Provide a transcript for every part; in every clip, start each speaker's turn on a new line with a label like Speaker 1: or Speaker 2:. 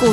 Speaker 1: 股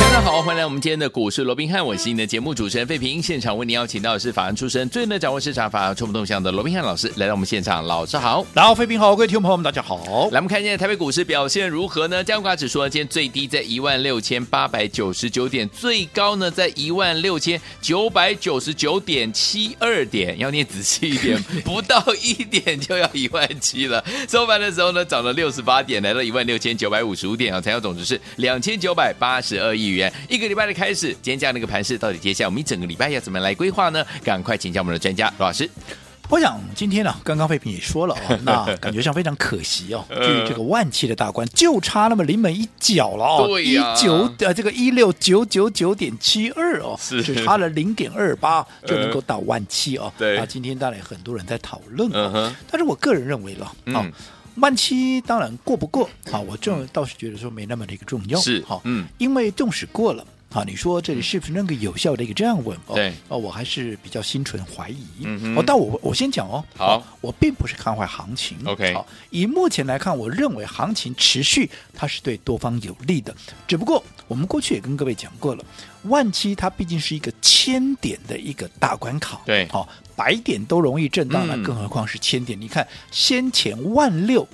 Speaker 2: 大家好，欢迎来我们今天的股市罗宾汉，我是你的节目主持人费平。现场为您邀请到的是法案出身、最能掌握市场法案冲动向的罗宾汉老师，来到我们现场。老师好，
Speaker 3: 然后，飞平好，各位听众朋友们，大家好。
Speaker 2: 来我们看一下台北股市表现如何呢？加权股价指数呢，今天最低在一万六千八百九十九点，最高呢在一万六千九百九十九点七二点，要念仔细一点，不到一点就要一万七了。收盘的时候呢，涨了六十八点，来到一万六千九百五十五点啊，成交总值是两千九百八十二亿元。一个礼拜的开始，今天这样的一个盘势，到底接下来我们一整个礼拜要怎么来规划呢？赶快请教我们的专家罗老师。
Speaker 3: 我想今天呢、刚刚费平也说了 哦，那感觉上非常可惜哦，
Speaker 2: 呃
Speaker 3: 距离这个万七的大关就差那么临门一脚了哦，
Speaker 2: 对
Speaker 3: 一
Speaker 2: 呀
Speaker 3: 九呃这个一六九九九点七二哦，
Speaker 2: 是呃
Speaker 3: 只差了零点二 八就能够到万七哦。
Speaker 2: 对
Speaker 3: 那今天当然很多人在讨论
Speaker 2: 嗯
Speaker 3: 哦
Speaker 2: 哼，
Speaker 3: 但是我个人认为了啊。
Speaker 2: 嗯
Speaker 3: 万七当然过不过啊，我这倒是觉得说没那么的一个重要，
Speaker 2: 是
Speaker 3: 好，
Speaker 2: 嗯，
Speaker 3: 因为纵使过了。啊，你说这里是不是能够有效的一个这样稳？哦
Speaker 2: 对
Speaker 3: 哦，我还是比较心存怀疑。
Speaker 2: 嗯哼
Speaker 3: 哦，但我我先讲哦，
Speaker 2: 好
Speaker 3: 哦我并不是看坏行情。
Speaker 2: OK
Speaker 3: 好，以目前来看，我认为行情持续它是对多方有利的，只不过我们过去也跟各位讲过了，万七它毕竟是一个千点的一个大关卡，
Speaker 2: 对
Speaker 3: 好、百点都容易震荡了，
Speaker 2: 嗯
Speaker 3: 更何况是千点？你看先前万六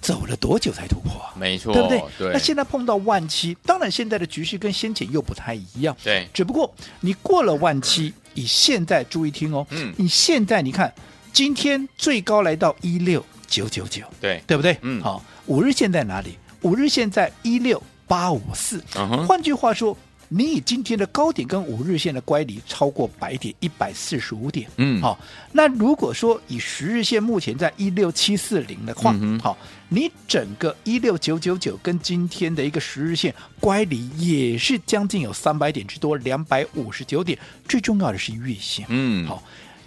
Speaker 3: 走了多久才突破啊？
Speaker 2: 没错，
Speaker 3: 对不对？
Speaker 2: 对，
Speaker 3: 那现在碰到万七，当然现在的局势跟先前又不太一样，
Speaker 2: 对
Speaker 3: 只不过你过了万七，以现在注意听哦，
Speaker 2: 嗯
Speaker 3: 你现在你看，今天最高来到一六九九九，
Speaker 2: 对，
Speaker 3: 对不对？
Speaker 2: 嗯
Speaker 3: 好，五日线在哪里？五日线在一六八五四。
Speaker 2: 嗯哼
Speaker 3: 换句话说，你以今天的高点跟五日线的乖离超过百点一百四十五点，
Speaker 2: 嗯
Speaker 3: 好、那如果说以十日线目前在一六七四零的话，好、
Speaker 2: 嗯哼
Speaker 3: 你整个一六九九九跟今天的一个十日线乖离也是将近有三百点之多，两百五十九点。最重要的是月线，
Speaker 2: 嗯，
Speaker 3: 好，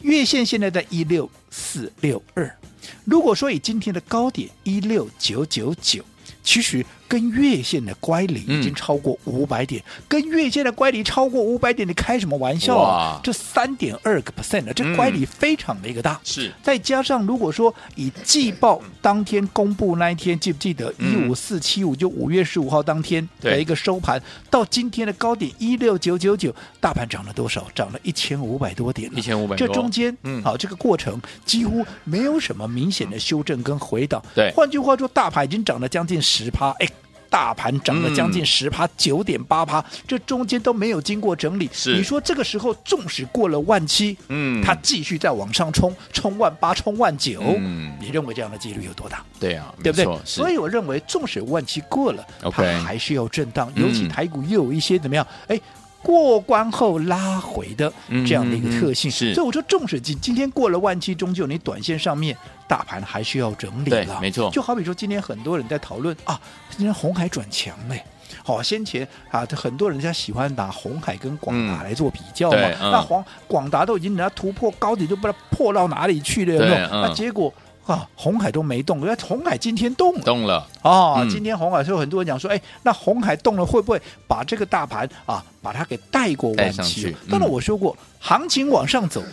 Speaker 3: 月线现在在一六四六二。如果说以今天的高点一六九九九，其实跟月线的乖离已经
Speaker 2: 嗯
Speaker 3: 超过五百点，跟月线的乖离超过五百点，你开什么玩笑啊
Speaker 2: 哇？
Speaker 3: 这三点二个 percent 呢，这
Speaker 2: 嗯
Speaker 3: 乖离非常的一个大。
Speaker 2: 是
Speaker 3: 再加上，如果说以季报当天公布那一天，记不记得一
Speaker 2: 嗯
Speaker 3: 五四七五就五月十五号当天的
Speaker 2: 对
Speaker 3: 一个收盘，到今天的高点一六九九九，大盘涨了多少？涨了一千五百多点了，啊
Speaker 2: 1500
Speaker 3: 这
Speaker 2: 多
Speaker 3: 中间，
Speaker 2: 嗯
Speaker 3: 好，这个过程几乎没有什么明显的修正跟回档。
Speaker 2: 对
Speaker 3: 换句话说，大盘已经涨了将近十趴，哎。大盘涨了将近
Speaker 2: 嗯
Speaker 3: 十趴，九点八趴，这中间都没有经过整理。
Speaker 2: 是
Speaker 3: 你说这个时候，纵使过了万七，
Speaker 2: 嗯
Speaker 3: 它继续再往上冲，冲万八，冲万九，
Speaker 2: 嗯
Speaker 3: 你认为这样的几率有多大？
Speaker 2: 对啊，
Speaker 3: 对不对
Speaker 2: 没错？
Speaker 3: 所
Speaker 2: 以
Speaker 3: 以我认为，纵使万期过了
Speaker 2: OK
Speaker 3: 它还是要震荡，
Speaker 2: 嗯
Speaker 3: 尤其台股又有一些怎么样？哎。过关后拉回的
Speaker 2: 嗯
Speaker 3: 这样的一个特性，
Speaker 2: 嗯嗯是
Speaker 3: 所以我说，纵使今今天过了万期，终究你短线上面大盘还需要整理
Speaker 2: 对
Speaker 3: 了，
Speaker 2: 没错
Speaker 3: 就好比说，今天很多人在讨论啊，今天红海转强嘞。好、先前啊，很多人家喜欢拿红海跟广达
Speaker 2: 嗯
Speaker 3: 来做比较嘛。
Speaker 2: 对嗯
Speaker 3: 那广广达都已经人家突破高点，就不知道破到哪里去了，有没有？
Speaker 2: 对嗯
Speaker 3: 那结果啊，红海都没动，原来红海今天动了。
Speaker 2: 动了，
Speaker 3: 哦，
Speaker 2: 嗯
Speaker 3: 今天红海就很多人讲说，哎，那红海动了会不会把这个大盘啊，把它给带过
Speaker 2: 带
Speaker 3: 万
Speaker 2: 上
Speaker 3: 七
Speaker 2: 去
Speaker 3: 哦？当然
Speaker 2: 嗯
Speaker 3: 我说过，行情往上走，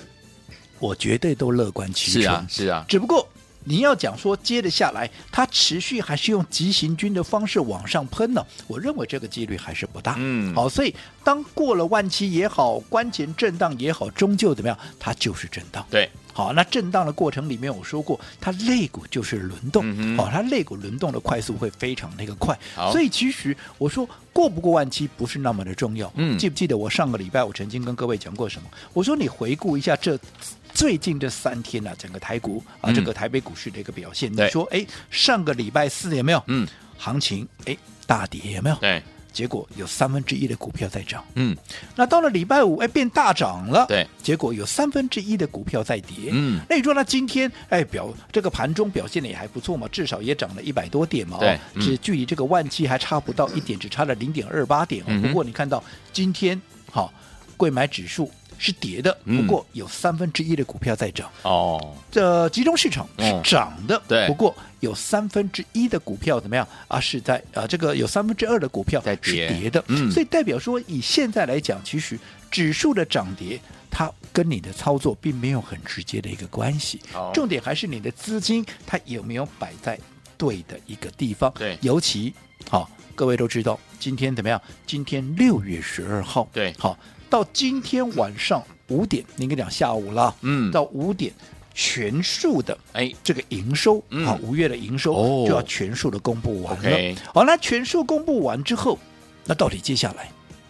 Speaker 3: 我绝对都乐观其成。
Speaker 2: 是啊，是啊，
Speaker 3: 只不过你要讲说接着下来，它持续还是用急行军的方式往上喷呢，我认为这个几率还是不大。
Speaker 2: 嗯
Speaker 3: 啊好，所以当过了万七也好，关前震荡也好，终究怎么样，它就是震荡。
Speaker 2: 对，
Speaker 3: 好，那震荡的过程里面，我说过，它肋骨就是轮动，
Speaker 2: 嗯哼
Speaker 3: 好、它肋骨轮动的快速会非常的一个快
Speaker 2: 好，
Speaker 3: 所以其实我说过不过万期不是那么的重要，
Speaker 2: 嗯
Speaker 3: 记不记得我上个礼拜我曾经跟各位讲过什么？我说你回顾一下这最近这三天呢、啊，整个台股啊，
Speaker 2: 嗯
Speaker 3: 这个台北股市的一个表现，
Speaker 2: 对
Speaker 3: 你说，哎，上个礼拜四有没有？
Speaker 2: 嗯，
Speaker 3: 行情哎大跌有没有？
Speaker 2: 对，
Speaker 3: 结果有三分之一的股票在涨。
Speaker 2: 嗯，
Speaker 3: 那到了礼拜五，哎，变大涨了。
Speaker 2: 对，
Speaker 3: 结果有三分之一的股票在跌。
Speaker 2: 嗯
Speaker 3: 那你说那今天，哎，表这个盘中表现的也还不错嘛，至少也涨了一百多点嘛、哦。
Speaker 2: 对嗯
Speaker 3: 只距离这个万七还差不到一点，只差了零点二八点哦。
Speaker 2: 嗯哼
Speaker 3: 不过你看到今天，好、贵买指数是跌的，
Speaker 2: 嗯
Speaker 3: 不过有三分之一的股票在涨。
Speaker 2: 哦，
Speaker 3: 这集中市场是涨的，
Speaker 2: 对
Speaker 3: 不过有三分之一的股票怎么样啊？是在啊，这个有三分之二的股票
Speaker 2: 在
Speaker 3: 是
Speaker 2: 跌
Speaker 3: 跌的，
Speaker 2: 嗯
Speaker 3: 所以代表说以现在来讲，其实指数的涨跌。它跟你的操作并没有很直接的一个关系
Speaker 2: 好，
Speaker 3: 重点还是你的资金它有没有摆在对的一个地方。
Speaker 2: 对
Speaker 3: 尤其好、各位都知道今天怎么样？今天六月十二号，
Speaker 2: 对
Speaker 3: 好、到今天晚上五点，您跟你讲下午了，
Speaker 2: 嗯
Speaker 3: 到五点全数的
Speaker 2: 哎，
Speaker 3: 这个营收
Speaker 2: 嗯
Speaker 3: 啊，五月的营收
Speaker 2: 哦
Speaker 3: 就要全数的公布完
Speaker 2: OK
Speaker 3: 了。好，那全数公布完之后，那到底接下来？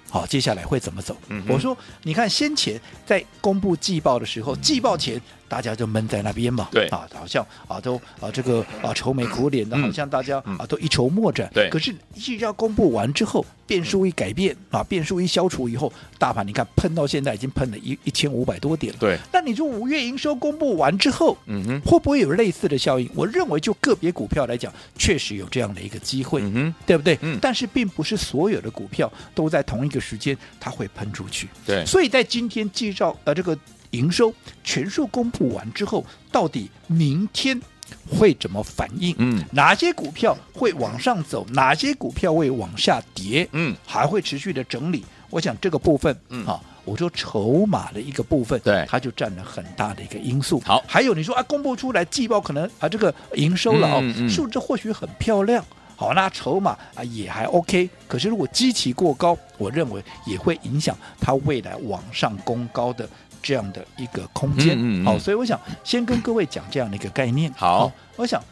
Speaker 3: 好，接下来会怎么走
Speaker 2: 嗯？哼
Speaker 3: 我说，你看先前在公布季报的时候，季报前大家就闷在那边嘛，
Speaker 2: 嗯对
Speaker 3: 啊，好像啊都啊这个啊愁眉苦脸的，
Speaker 2: 嗯
Speaker 3: 好像大家
Speaker 2: 嗯
Speaker 3: 啊都一筹莫展。
Speaker 2: 对
Speaker 3: 可是一要公布完之后，变数一改变
Speaker 2: 嗯
Speaker 3: 啊，变数一消除以后，大盘你看喷到现在已经喷了一一千五百多点了。
Speaker 2: 对，
Speaker 3: 那你说五月营收公布完之后，
Speaker 2: 嗯哼，
Speaker 3: 会不会有类似的效应？我认为就个别股票来讲，确实有这样的一个机会，
Speaker 2: 嗯哼，
Speaker 3: 对不对？
Speaker 2: 嗯
Speaker 3: 但是并不是所有的股票都在同一个时间它会喷出去，
Speaker 2: 对，
Speaker 3: 所以在今天介绍呃这个营收全数公布完之后，到底明天会怎么反应？
Speaker 2: 嗯
Speaker 3: 哪些股票会往上走？哪些股票会往下跌？
Speaker 2: 嗯，
Speaker 3: 还会持续的整理。我想这个部分，
Speaker 2: 嗯
Speaker 3: 啊，我说筹码的一个部分，
Speaker 2: 对
Speaker 3: 它就占了很大的一个因素。
Speaker 2: 好
Speaker 3: 还有你说啊，公布出来季报可能啊，这个营收了哦，
Speaker 2: 嗯嗯
Speaker 3: 数字或许很漂亮。好，那筹码啊也还 OK，可是如果基期过高，我认为也会影响它未来往上攻高的这样的一个空间。
Speaker 2: 嗯嗯嗯
Speaker 3: 好，所以我想先跟各位讲这样的一个概念。
Speaker 2: 好
Speaker 3: 我想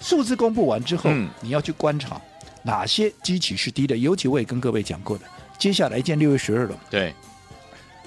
Speaker 3: 数字公布完之后，
Speaker 2: 嗯
Speaker 3: 你要去观察哪些基期是低的。尤其我也跟各位讲过的，接下来见六月十二了，
Speaker 2: 对，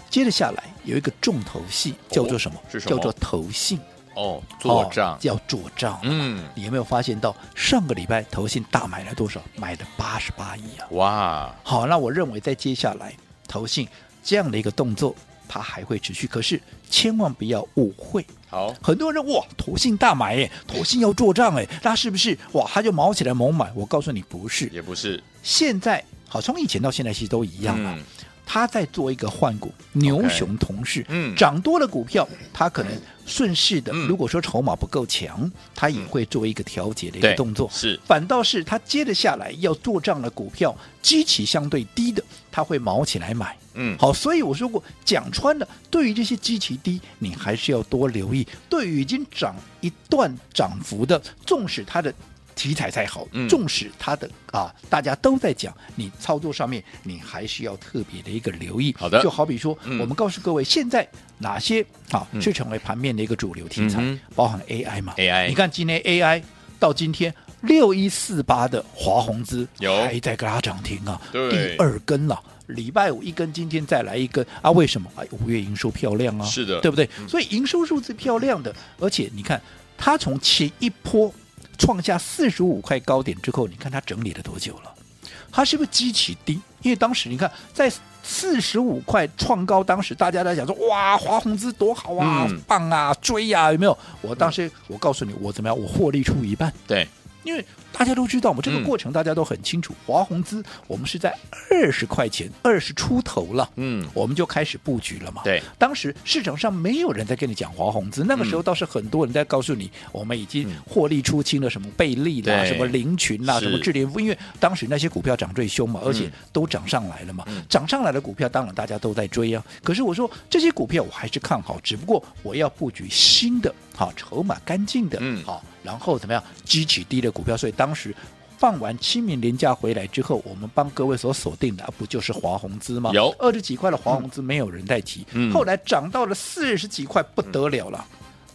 Speaker 3: 接着下来有一个重头戏，叫做什么？
Speaker 2: 哦是什么
Speaker 3: 叫做投信
Speaker 2: 哦，做
Speaker 3: 哦
Speaker 2: 账，
Speaker 3: 叫做账。
Speaker 2: 嗯，
Speaker 3: 你有没有发现到上个礼拜投信大买了多少？买了八十八亿啊！
Speaker 2: 哇，
Speaker 3: 好，那我认为在接下来投信这样的一个动作，它还会持续。可是千万不要误会，
Speaker 2: 好，
Speaker 3: 很多人哇，投信大买哎，投信要做账哎，那是不是哇？他就毛起来猛买？我告诉你不是，
Speaker 2: 也不是，
Speaker 3: 现在好，从以前到现在其实都一样啊。
Speaker 2: 嗯
Speaker 3: 他在做一个换股，牛熊同势，
Speaker 2: 嗯
Speaker 3: 涨多了股票，他可能顺势的，
Speaker 2: 嗯
Speaker 3: 如果说筹码不够强，他也会做一个调节的一个
Speaker 2: 对，
Speaker 3: 动作。
Speaker 2: 是，
Speaker 3: 反倒是他接着下来要做账的股票，基期相对低的，他会毛起来买。
Speaker 2: 嗯，
Speaker 3: 好，所以我说过，讲穿了，对于这些基期低，你还是要多留意；对于已经涨一段涨幅的，纵使它的题材再好，
Speaker 2: 嗯
Speaker 3: 纵使它的啊大家都在讲，你操作上面你还是要特别的一个留意。
Speaker 2: 好的
Speaker 3: 就好比说，
Speaker 2: 嗯
Speaker 3: 我们告诉各位，现在哪些啊、
Speaker 2: 嗯
Speaker 3: 是成为盘面的一个主流题材，
Speaker 2: 嗯
Speaker 3: 包含 AI 嘛
Speaker 2: AI
Speaker 3: 你看今天 AI 到今天。六一四八的华宏资
Speaker 2: 有
Speaker 3: 还在给它涨停啊，
Speaker 2: 对
Speaker 3: 第二。二根了。礼拜五一根，今天再来一根啊？为什么？哎，五月营收漂亮啊，
Speaker 2: 是的嗯
Speaker 3: 对不对？所以营收数字漂亮的，而且你看它从前一波创下四十五块高点之后，你看它整理了多久了？它是不是基期低？因为当时你看在四十五块创高，当时大家在讲说哇，华宏资多好啊，
Speaker 2: 嗯
Speaker 3: 棒啊，追呀、有没有？我当时我告诉你，我怎么样，我获利出一半。
Speaker 2: 对，
Speaker 3: 因为大家都知道嘛，这个
Speaker 2: 嗯
Speaker 3: 过程大家都很清楚。华宏资，我们是在二十块钱、二十出头了，
Speaker 2: 嗯，
Speaker 3: 我们就开始布局了嘛。
Speaker 2: 对，
Speaker 3: 当时市场上没有人在跟你讲华宏资，那个时候倒是很多人在告诉你，我们已经获利出清了，什么贝利啦、
Speaker 2: 对
Speaker 3: 什么林群啦、
Speaker 2: 是
Speaker 3: 什么智联富，因为当时那些股票涨最凶嘛，而且都涨上来了嘛。
Speaker 2: 嗯
Speaker 3: 涨上来的股票，当然大家都在追啊。可是我说这些股票我还是看好，只不过我要布局新的，好筹码干净的，
Speaker 2: 嗯
Speaker 3: 好，然后怎么样激起低的股票，所以当时。放完清明廉假回来之后，我们帮各位所锁定的啊不就是华宏资吗？
Speaker 2: 有
Speaker 3: 二十几块的华宏资没有人在提，
Speaker 2: 嗯
Speaker 3: 后来涨到了四十几块，不得了了，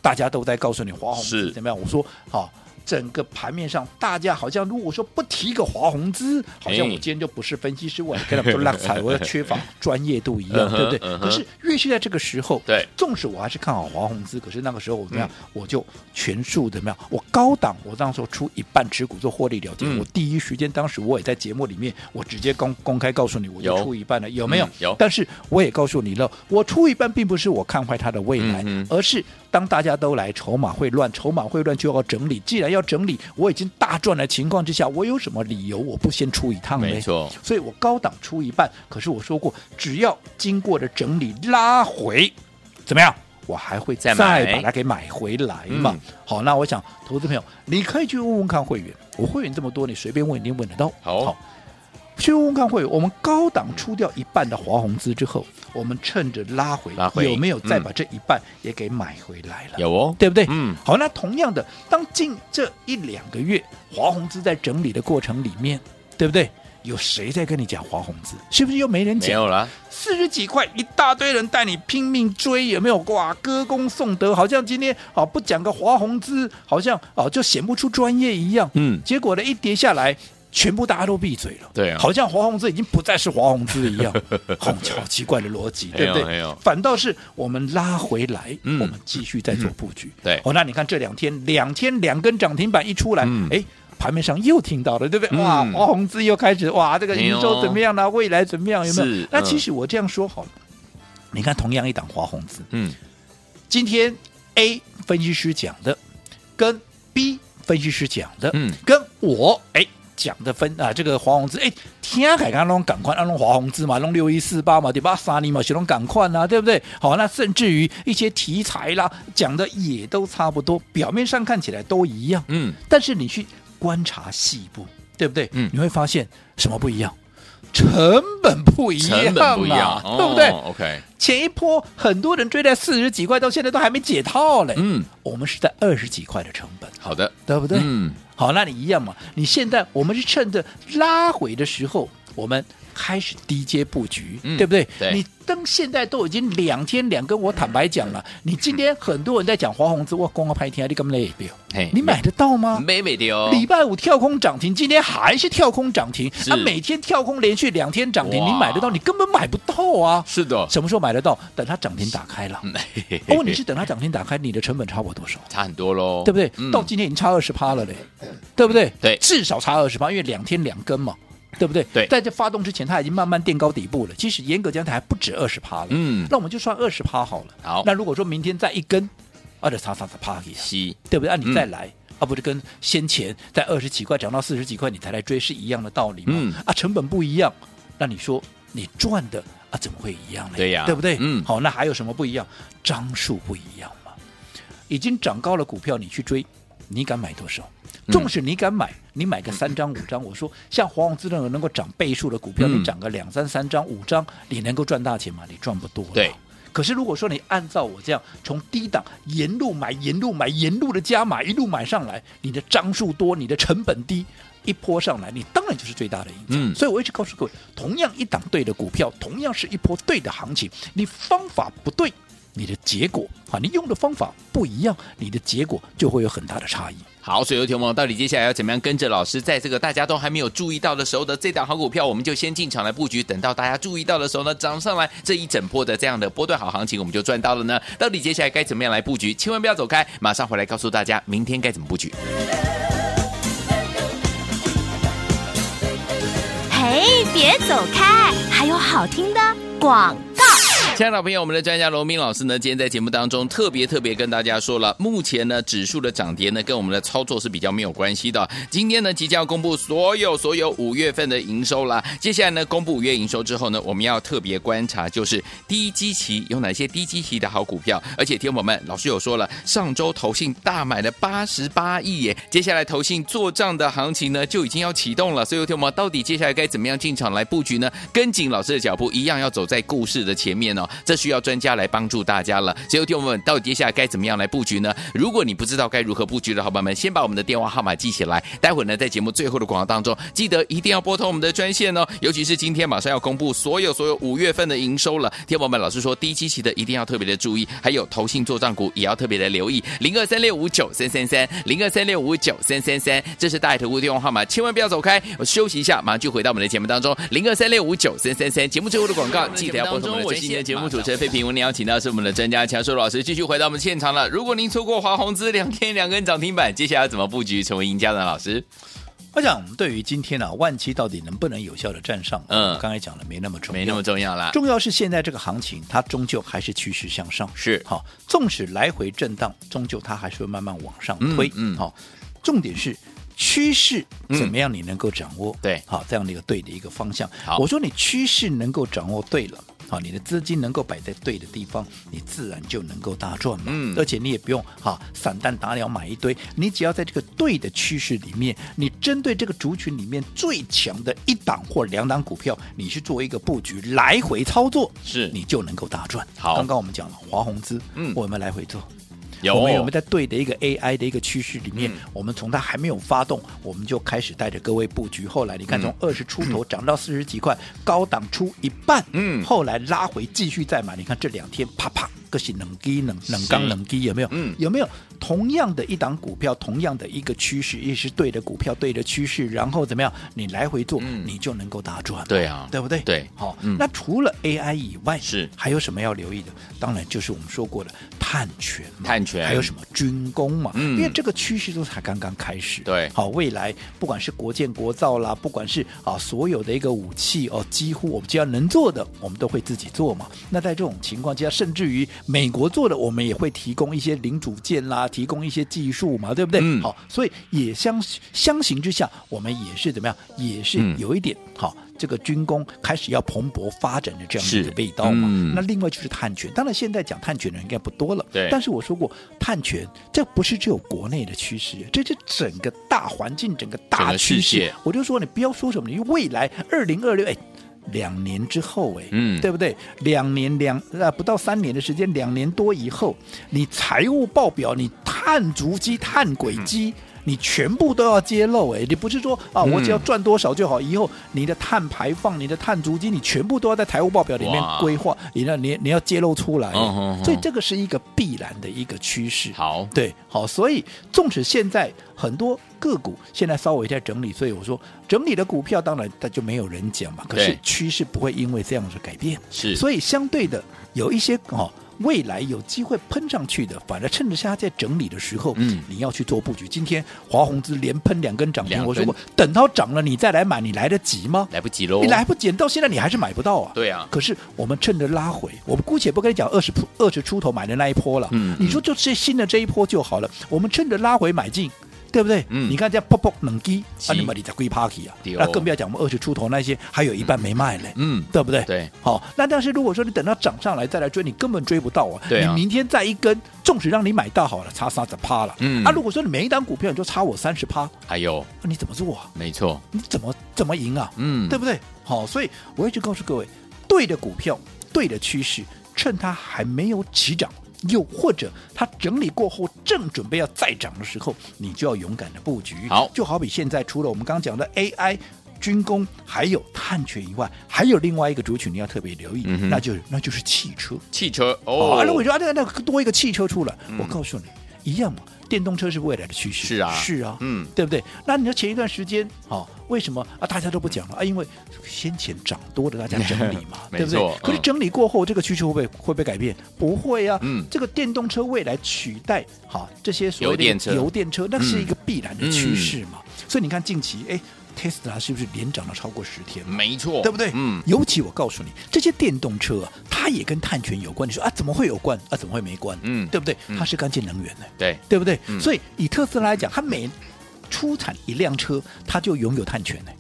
Speaker 3: 大家都在告诉你华宏
Speaker 2: 是
Speaker 3: 资怎么样。我说好。整个盘面上，大家好像如果说不提个华宏资，好像我
Speaker 2: 哎
Speaker 3: 今天就不是分析师，我也跟他们就烂惨，我也缺乏专业度一
Speaker 2: 嗯
Speaker 3: 样，
Speaker 2: 哼
Speaker 3: 对不对
Speaker 2: 嗯？哼
Speaker 3: 可是越是在这个时候，
Speaker 2: 对嗯
Speaker 3: 纵使我还是看好华宏资，可是那个时候我怎么样，我就全数怎么样，我高档，我那时候出一半持股做获利了结，
Speaker 2: 嗯
Speaker 3: 我第一时间当时我也在节目里面，我直接公公开告诉你，我就
Speaker 2: 有
Speaker 3: 出一半了，有没有
Speaker 2: 嗯？有
Speaker 3: 但是我也告诉你了，我出一半并不是我看坏它的未来
Speaker 2: 嗯哼，
Speaker 3: 而是当大家都来，筹码会乱，筹码会乱就要整理。既然要要整理，我已经大赚的情况之下，我有什么理由我不先出一趟呢？
Speaker 2: 没错
Speaker 3: 所以我高档出一半，可是我说过，只要经过了整理拉回，怎么样？我还会
Speaker 2: 再
Speaker 3: 再
Speaker 2: 买嗯
Speaker 3: 把它给买回来嘛。好，那我想，投资朋友，你可以去问问看会员，我会员这么多，你随便问一定问得到。
Speaker 2: 好
Speaker 3: 去问问看会员，我们高档出掉一半的华宏资之后，我们趁着拉回，
Speaker 2: 拉回
Speaker 3: 有没有再
Speaker 2: 嗯
Speaker 3: 把这一半也给买回来了？
Speaker 2: 有哦，
Speaker 3: 对不对？
Speaker 2: 嗯，
Speaker 3: 好，那同样的，当近这一两个月华宏资在整理的过程里面，对不对？有谁在跟你讲华宏资？是不是又没人
Speaker 2: 没
Speaker 3: 讲？
Speaker 2: 有了，
Speaker 3: 四十几块，一大堆人带你拼命追，有没有？哇，歌功颂德，好像今天啊不讲个华宏资，好像啊就显不出专业一样。
Speaker 2: 嗯
Speaker 3: 结果呢，一跌下来，全部大家都闭嘴了。
Speaker 2: 对啊
Speaker 3: 好像华宏资已经不再是华宏资一 样，好好奇怪的逻辑，对不
Speaker 2: 没有没
Speaker 3: 对
Speaker 2: 有？
Speaker 3: 反倒是我们拉回来，
Speaker 2: 嗯
Speaker 3: 我们继续再做布局。
Speaker 2: 对
Speaker 3: 哦，那你看这两天，两天两根涨停板一出来
Speaker 2: 嗯，
Speaker 3: 哎。盘面上又听到了，对不对？
Speaker 2: 嗯
Speaker 3: 哇，华宏资又开始哇，这个
Speaker 2: 没
Speaker 3: 营
Speaker 2: 有
Speaker 3: 收怎么样呢？未来怎么样？有没
Speaker 2: 是
Speaker 3: 有？那
Speaker 2: 嗯
Speaker 3: 其实我这样说好了，你看同样一档华宏资，
Speaker 2: 嗯，
Speaker 3: 今天 A 分析师讲的，跟 B 分析师讲的，
Speaker 2: 嗯
Speaker 3: 跟我哎讲的分啊，这个华宏资哎，天海刚弄赶快，啊弄华宏资嘛，弄六一四八嘛，对吧？沙尼嘛，学弄赶快呐，对不对？好，那甚至于一些题材啦，讲的也都差不多，表面上看起来都一样，
Speaker 2: 嗯，
Speaker 3: 但是你去观察细部，对不对？
Speaker 2: 嗯
Speaker 3: 你会发现什么不一样？成本不一样、啊，
Speaker 2: 成本不一样，
Speaker 3: 对不对？
Speaker 2: 哦？OK，
Speaker 3: 前一波很多人追在四十几块，到现在都还没解套嘞。
Speaker 2: 嗯，
Speaker 3: 我们是在二十几块的成本，
Speaker 2: 好的，
Speaker 3: 对不对？
Speaker 2: 嗯，
Speaker 3: 好，那你一样嘛。你现在我们是趁着拉回的时候，我们开始低阶布局，
Speaker 2: 嗯
Speaker 3: 对不对？
Speaker 2: 对
Speaker 3: 你登现在都已经两天两根，我坦白讲了，你今天很多人在讲华宏资，我光要拍天，你根本累不了
Speaker 2: 嘿
Speaker 3: 你买得到吗？
Speaker 2: 美美的哦，
Speaker 3: 礼拜五跳空涨停，今天还是跳空涨停，
Speaker 2: 是
Speaker 3: 那、每天跳空连续两天涨停，
Speaker 2: 哇哦
Speaker 3: 你买得到？你根本买不到啊！
Speaker 2: 是的，
Speaker 3: 什么时候买得到？等它涨停打开了。
Speaker 2: 嗯
Speaker 3: 哦，问题是等它涨停打开，你的成本差我多少？
Speaker 2: 差很多喽，
Speaker 3: 对不对？
Speaker 2: 哦嗯
Speaker 3: 到今天已经差二十趴了嘞，对不对？
Speaker 2: 对
Speaker 3: 至少差二十趴，因为两天两根嘛，对不对？
Speaker 2: 对
Speaker 3: 在这发动之前，它已经慢慢垫高底部了。其实严格讲，它还不止二十趴了。
Speaker 2: 嗯哦
Speaker 3: 那我们就算二十趴好了。
Speaker 2: 好
Speaker 3: 那如果说明天再一根，啊，就差差差趴一下，
Speaker 2: 西，
Speaker 3: 对不对？那、
Speaker 2: 嗯
Speaker 3: 你再来。啊，不是跟先前在二十几块涨到四十几块你才来追是一样的道理吗？
Speaker 2: 嗯
Speaker 3: 啊，成本不一样，那你说你赚的啊怎么会一样呢？
Speaker 2: 对呀
Speaker 3: 对不对？
Speaker 2: 嗯
Speaker 3: 好，那还有什么不一样？张数不一样嘛，已经涨高了股票你去追，你敢买多少？
Speaker 2: 嗯
Speaker 3: 纵使你敢买，你买个三张五张，我说像华宏资这种能够涨倍数的股票，
Speaker 2: 嗯
Speaker 3: 你涨个两三三张五张，你能够赚大钱吗？你赚不多了。
Speaker 2: 对
Speaker 3: 可是如果说你按照我这样从低档沿路买、沿路买、沿路的加码，一路买上来，你的张数多，你的成本低，一波上来，你当然就是最大的赢家。
Speaker 2: 嗯
Speaker 3: 所以我一直告诉各位，同样一档对的股票，同样是一波对的行情，你方法不对。你的结果啊，你用的方法不一样，你的结果就会有很大的差异。
Speaker 2: 好，所以有听众朋友，到底接下来要怎么样跟着老师，在这个大家都还没有注意到的时候的这档好股票，我们就先进场来布局，等到大家注意到的时候呢，涨上来这一整波的这样的波段好行情，我们就赚到了呢。到底接下来该怎么样来布局？千万不要走开，马上回来告诉大家明天该怎么布局。
Speaker 1: 嘿，别走开，还有好听的广告。
Speaker 2: 亲爱的朋友我们的专家罗明老师呢，今天在节目当中特别特别跟大家说了，目前呢指数的涨跌呢跟我们的操作是比较没有关系的。今天呢即将要公布所有所有五月份的营收啦，接下来呢公布五月营收之后呢，我们要特别观察就是低基期有哪些低基期的好股票，而且听我们老师有说了，上周投信大买了八十八亿耶，接下来投信做账的行情呢就已经要启动了，所以听我们到底接下来该怎么样进场来布局呢？跟紧老师的脚步，一样要走在故事的前面哦。这需要专家来帮助大家了。所以，听我们到底接下来该怎么样来布局呢？如果你不知道该如何布局的好朋友们，先把我们的电话号码记起来。待会呢，在节目最后的广告当中，记得一定要拨通我们的专线哦。尤其是今天马上要公布所有所有五月份的营收了，听我们老师说低基期的一定要特别的注意，还有投信做账股也要特别的留意。零二三六五九三三三，零二三六五九三三三，这是大爱投顾电话号码，千万不要走开。我休息一下，马上就回到我们的节目当中。零二三六五九三三三，节目最后的广告记得要拨通我们的专线。我是今天的节目主持人费平，我们邀请到是我们的专家强硕老师，继续回到我们现场了。如果您错过华宏资两天两根涨停板，接下来要怎么布局成为赢家呢？老师，
Speaker 3: 我想，对于今天啊，万期到底能不能有效的站上，
Speaker 2: 嗯
Speaker 3: 我刚才讲的没那么重要，
Speaker 2: 没那么重要啦。
Speaker 3: 重要是现在这个行情，它终究还是趋势向上，
Speaker 2: 是
Speaker 3: 好，纵使来回震荡，终究它还是会慢慢往上推，
Speaker 2: 嗯嗯
Speaker 3: 好。重点是趋势怎么样你能够掌握？
Speaker 2: 嗯对
Speaker 3: 好这样的一个对的一个方向
Speaker 2: 好。
Speaker 3: 我说你趋势能够掌握对了。好，你的资金能够摆在对的地方，你自然就能够大赚嘛。
Speaker 2: 嗯
Speaker 3: 而且你也不用哈散弹打鸟买一堆，你只要在这个对的趋势里面，你针对这个族群里面最强的一档或两档股票，你去做一个布局，来回操作，
Speaker 2: 是
Speaker 3: 你就能够大赚。
Speaker 2: 好
Speaker 3: 刚刚我们讲了华宏资，
Speaker 2: 嗯
Speaker 3: 我们来回做。
Speaker 2: 有
Speaker 3: 我们有没有在对的一个 AI 的一个趋势里面，
Speaker 2: 嗯
Speaker 3: 我们从它还没有发动，我们就开始带着各位布局。后来你看，
Speaker 2: 嗯
Speaker 3: 从二十出头涨到四十几块，高档出一半，
Speaker 2: 嗯
Speaker 3: 后来拉回继续再买。你看这两天啪啪，各是冷低冷冷刚
Speaker 2: 是
Speaker 3: 冷低，有没有？
Speaker 2: 嗯
Speaker 3: 有没有同样的一档股票，同样的一个趋势，也是对的股票，对的趋势，然后怎么样？你来回做，
Speaker 2: 嗯
Speaker 3: 你就能够大赚。
Speaker 2: 对啊
Speaker 3: 对不对？
Speaker 2: 对
Speaker 3: 好，
Speaker 2: 嗯
Speaker 3: 那除了 AI 以外，
Speaker 2: 是
Speaker 3: 还有什么要留意的？当然就是我们说过的碳权嘛，
Speaker 2: 碳权
Speaker 3: 还有什么军工嘛，
Speaker 2: 嗯
Speaker 3: 因为这个趋势都才刚刚开始。
Speaker 2: 对
Speaker 3: 好，未来不管是国建国造啦，不管是啊所有的一个武器哦，几乎我们只要能做的，我们都会自己做嘛。那在这种情况之下，甚至于美国做的，我们也会提供一些零组件啦，提供一些技术嘛，对不对？
Speaker 2: 嗯
Speaker 3: 好，所以也相相形之下，我们也是怎么样，也是
Speaker 2: 嗯
Speaker 3: 有一点、好。这个军工开始要蓬勃发展的这样的一
Speaker 2: 是
Speaker 3: 个味道嘛，
Speaker 2: 嗯
Speaker 3: 那另外就是碳权，当然现在讲碳权的人应该不多了，
Speaker 2: 对
Speaker 3: 但但是我说过，碳权这不是只有国内的趋势，这是整个大环境、整个
Speaker 2: 整
Speaker 3: 大
Speaker 2: 个
Speaker 3: 趋
Speaker 2: 世
Speaker 3: 势。
Speaker 2: 界
Speaker 3: 我就说，你不要说什么，你未来二零二六，哎，两年之后，哎，
Speaker 2: 嗯
Speaker 3: 对不对？两年两呃不到三年的时间，两年多以后，你财务报表，你碳足迹、碳轨迹。你全部都要揭露哎，你不是说啊，
Speaker 2: 嗯
Speaker 3: 我只要赚多少就好，以后你的碳排放、你的碳足迹，你全部都要在财务报表里面
Speaker 2: 哇
Speaker 3: 规划，你要你你要揭露出来，
Speaker 2: 嗯哼哼
Speaker 3: 所以这个是一个必然的一个趋势。
Speaker 2: 好，
Speaker 3: 对，好，所以纵使现在很多个股现在稍微在整理，所以我说整理的股票当然它就没有人讲嘛，可是
Speaker 2: 对
Speaker 3: 趋势不会因为这样子改变，
Speaker 2: 是
Speaker 3: 所以相对的有一些哦。未来有机会喷上去的，反而趁着它在整理的时候，
Speaker 2: 嗯
Speaker 3: 你要去做布局。今天华宏资连喷两根涨停，
Speaker 2: 两
Speaker 3: 我说
Speaker 2: 根
Speaker 3: 过，等到涨了你再来买，你来得及吗？
Speaker 2: 来不哦及喽
Speaker 3: 你，来不及，到现在你还是买不到啊。
Speaker 2: 对啊
Speaker 3: 可是我们趁着拉回，我们姑且不跟你讲二十二十出头买的那一波了，
Speaker 2: 嗯
Speaker 3: 你说就这新的这一波就好了，我们趁着拉回买进。对不对？
Speaker 2: 嗯
Speaker 3: 你看这样砰砰冷低，
Speaker 2: 是
Speaker 3: 啊，你买你才贵 party 啊
Speaker 2: 对哦，
Speaker 3: 那更不要讲我们二十出头那些，还有一半没卖嘞，
Speaker 2: 嗯，
Speaker 3: 对不对？
Speaker 2: 对，
Speaker 3: 好，那但是如果说你等到涨上来再来追，你根本追不到啊。
Speaker 2: 对啊
Speaker 3: 你明天再一根，纵使让你买到好了，差三十趴了。
Speaker 2: 嗯
Speaker 3: 啊，如果说你每一档股票你就差我三十趴，啊
Speaker 2: 还有，
Speaker 3: 你怎么做啊？
Speaker 2: 没错，
Speaker 3: 你怎么怎么赢啊？
Speaker 2: 嗯，
Speaker 3: 对不对？好，所以我一直告诉各位，对的股票，对的趋势，趁它还没有起涨，又或者它整理过后正准备要再涨的时候，你就要勇敢的布局。
Speaker 2: 好
Speaker 3: 就好比现在除了我们刚刚讲的 AI。军工还有碳权以外，还有另外一个族群你要特别留意，
Speaker 2: 嗯哼
Speaker 3: 那就是那就是汽车。
Speaker 2: 汽车
Speaker 3: 哦，
Speaker 2: 哦嗯
Speaker 3: 啊，如果你说啊，那那多一个汽车出来，我告诉你，一样嘛，电动车是未来的趋势，
Speaker 2: 是啊
Speaker 3: 是啊，
Speaker 2: 嗯，
Speaker 3: 对不对？那你说前一段时间，哦，为什么啊？大家都不讲了啊，因为先前涨多的，大家整理嘛对不
Speaker 2: 没
Speaker 3: 对
Speaker 2: 错？
Speaker 3: 可是
Speaker 2: 嗯
Speaker 3: 整理过后，这个趋势会不会会不会改变？不会啊，
Speaker 2: 嗯
Speaker 3: 这个电动车未来取代好这些所谓的
Speaker 2: 油电车
Speaker 3: 油电车，那是一个必然的趋
Speaker 2: 嗯
Speaker 3: 势嘛。所以你看近期，哎，Tesla 是不是连涨了超过十天嘛？
Speaker 2: 没错，
Speaker 3: 对不对？
Speaker 2: 嗯，
Speaker 3: 尤其我告诉你，这些电动车啊，它也跟碳权有关。你说啊，怎么会有关？啊，怎么会没关？
Speaker 2: 嗯
Speaker 3: 对不对？
Speaker 2: 嗯
Speaker 3: 它是干净能源呢、
Speaker 2: 对，
Speaker 3: 对不对？
Speaker 2: 嗯
Speaker 3: 所以以特斯拉来讲，它每出产一辆车，它就拥有碳权呢、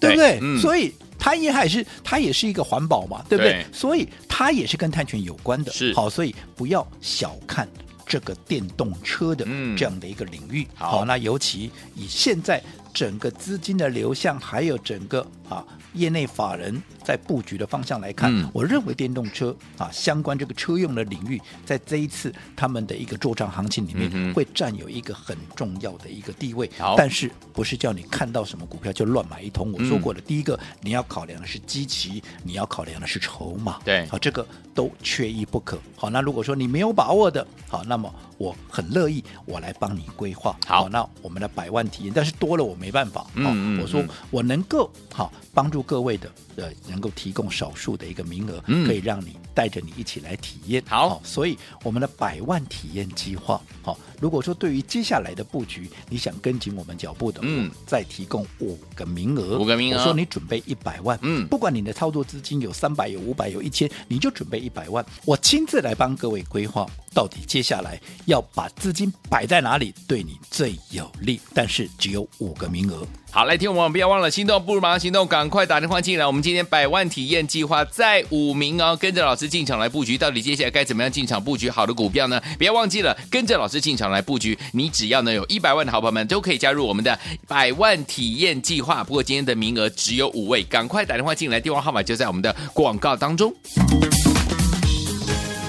Speaker 3: 对不
Speaker 2: 对
Speaker 3: 对？
Speaker 2: 嗯
Speaker 3: 所以它也还是它也是一个环保嘛，对不对？
Speaker 2: 对
Speaker 3: 所以它也是跟碳权有关的。
Speaker 2: 是
Speaker 3: 好，所以不要小看。这个电动车的
Speaker 2: 嗯
Speaker 3: 这样的一个领域，
Speaker 2: 好
Speaker 3: 那尤其以现在整个资金的流向，还有整个啊业内法人在布局的方向来看，
Speaker 2: 嗯
Speaker 3: 我认为电动车啊相关这个车用的领域，在这一次他们的一个做账行情里面
Speaker 2: 嗯，哼
Speaker 3: 会占有一个很重要的一个地位。
Speaker 2: 好
Speaker 3: 但是不是叫你看到什么股票就乱买一通？我说
Speaker 2: 嗯
Speaker 3: 过了，第一个你要考量的是基期，你要考量的是筹码，
Speaker 2: 对
Speaker 3: 好，这个都缺一不可。好，那如果说你没有把握的，好，那么我很乐意我来帮你规划。
Speaker 2: 好
Speaker 3: 那我们的百万体验，但是多了我没办法。好
Speaker 2: 嗯嗯
Speaker 3: 我说
Speaker 2: 嗯
Speaker 3: 我能够好帮助各位的，呃，能够提供少数的一个名额，
Speaker 2: 嗯
Speaker 3: 可以让你带着你一起来体验。
Speaker 2: 好
Speaker 3: 所以我们的百万体验计划，好，如果说对于接下来的布局，你想跟紧我们脚步的，
Speaker 2: 嗯
Speaker 3: 我再提供五个名额，
Speaker 2: 五个名额
Speaker 3: 我说你准备一百万，
Speaker 2: 嗯
Speaker 3: 不管你的操作资金有三百、有五百、有一千，你就准备一百万，我亲自来帮各位规划到底接下来要把资金摆在哪里对你最有利？但是只有五个名额。
Speaker 2: 好，来，听我们不要忘了心动，不如马上行动，赶快打电话进来。我们今天百万体验计划再五名哦，跟着老师进场来布局，到底接下来该怎么样进场布局好的股票呢？不要忘记了，跟着老师进场来布局，你只要呢有一百万的好朋友们都可以加入我们的百万体验计划。不过今天的名额只有五位，赶快打电话进来，电话号码就在我们的广告当中。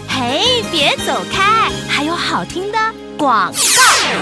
Speaker 1: 嘿，别走开，还有好听的广告。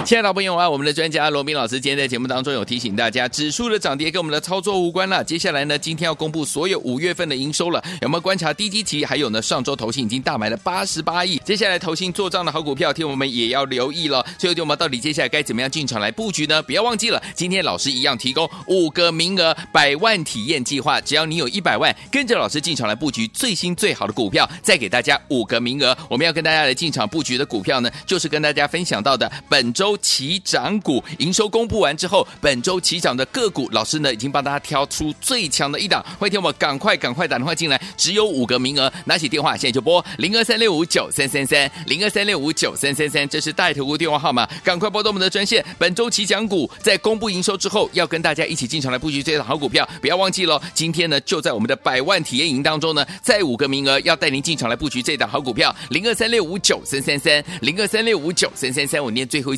Speaker 2: 亲爱的朋友啊，我们的专家罗斌老师今天在节目当中有提醒大家，指数的涨跌跟我们的操作无关了。接下来呢，今天要公布所有五月份的营收了，有没有观察低基期？还有呢，上周投信已经大买了八十八亿，接下来投信做账的好股票，听我们也要留意了。所以，我们到底接下来该怎么样进场来布局呢？不要忘记了，今天老师一样提供五个名额百万体验计划，只要你有一百万，跟着老师进场来布局最新最好的股票，再给大家五个名额。我们要跟大家来进场布局的股票呢，就是跟大家分享到的本周起涨股，营收公布完之后，本周起涨的个股，老师呢已经帮大家挑出最强的一档。欢迎听我们赶快赶快打电话进来，只有五个名额，拿起电话现在就拨零二三六五九三三三零二三六五九三三三，这是带头股电话号码，赶快拨动我们的专线。本周起涨股在公布营收之后，要跟大家一起进场来布局这档好股票，不要忘记喽。今天呢就在我们的百万体验营当中呢，再五个名额要带您进场来布局这档好股票，零二三六五九三三三零二三六五九三三三，我念最后一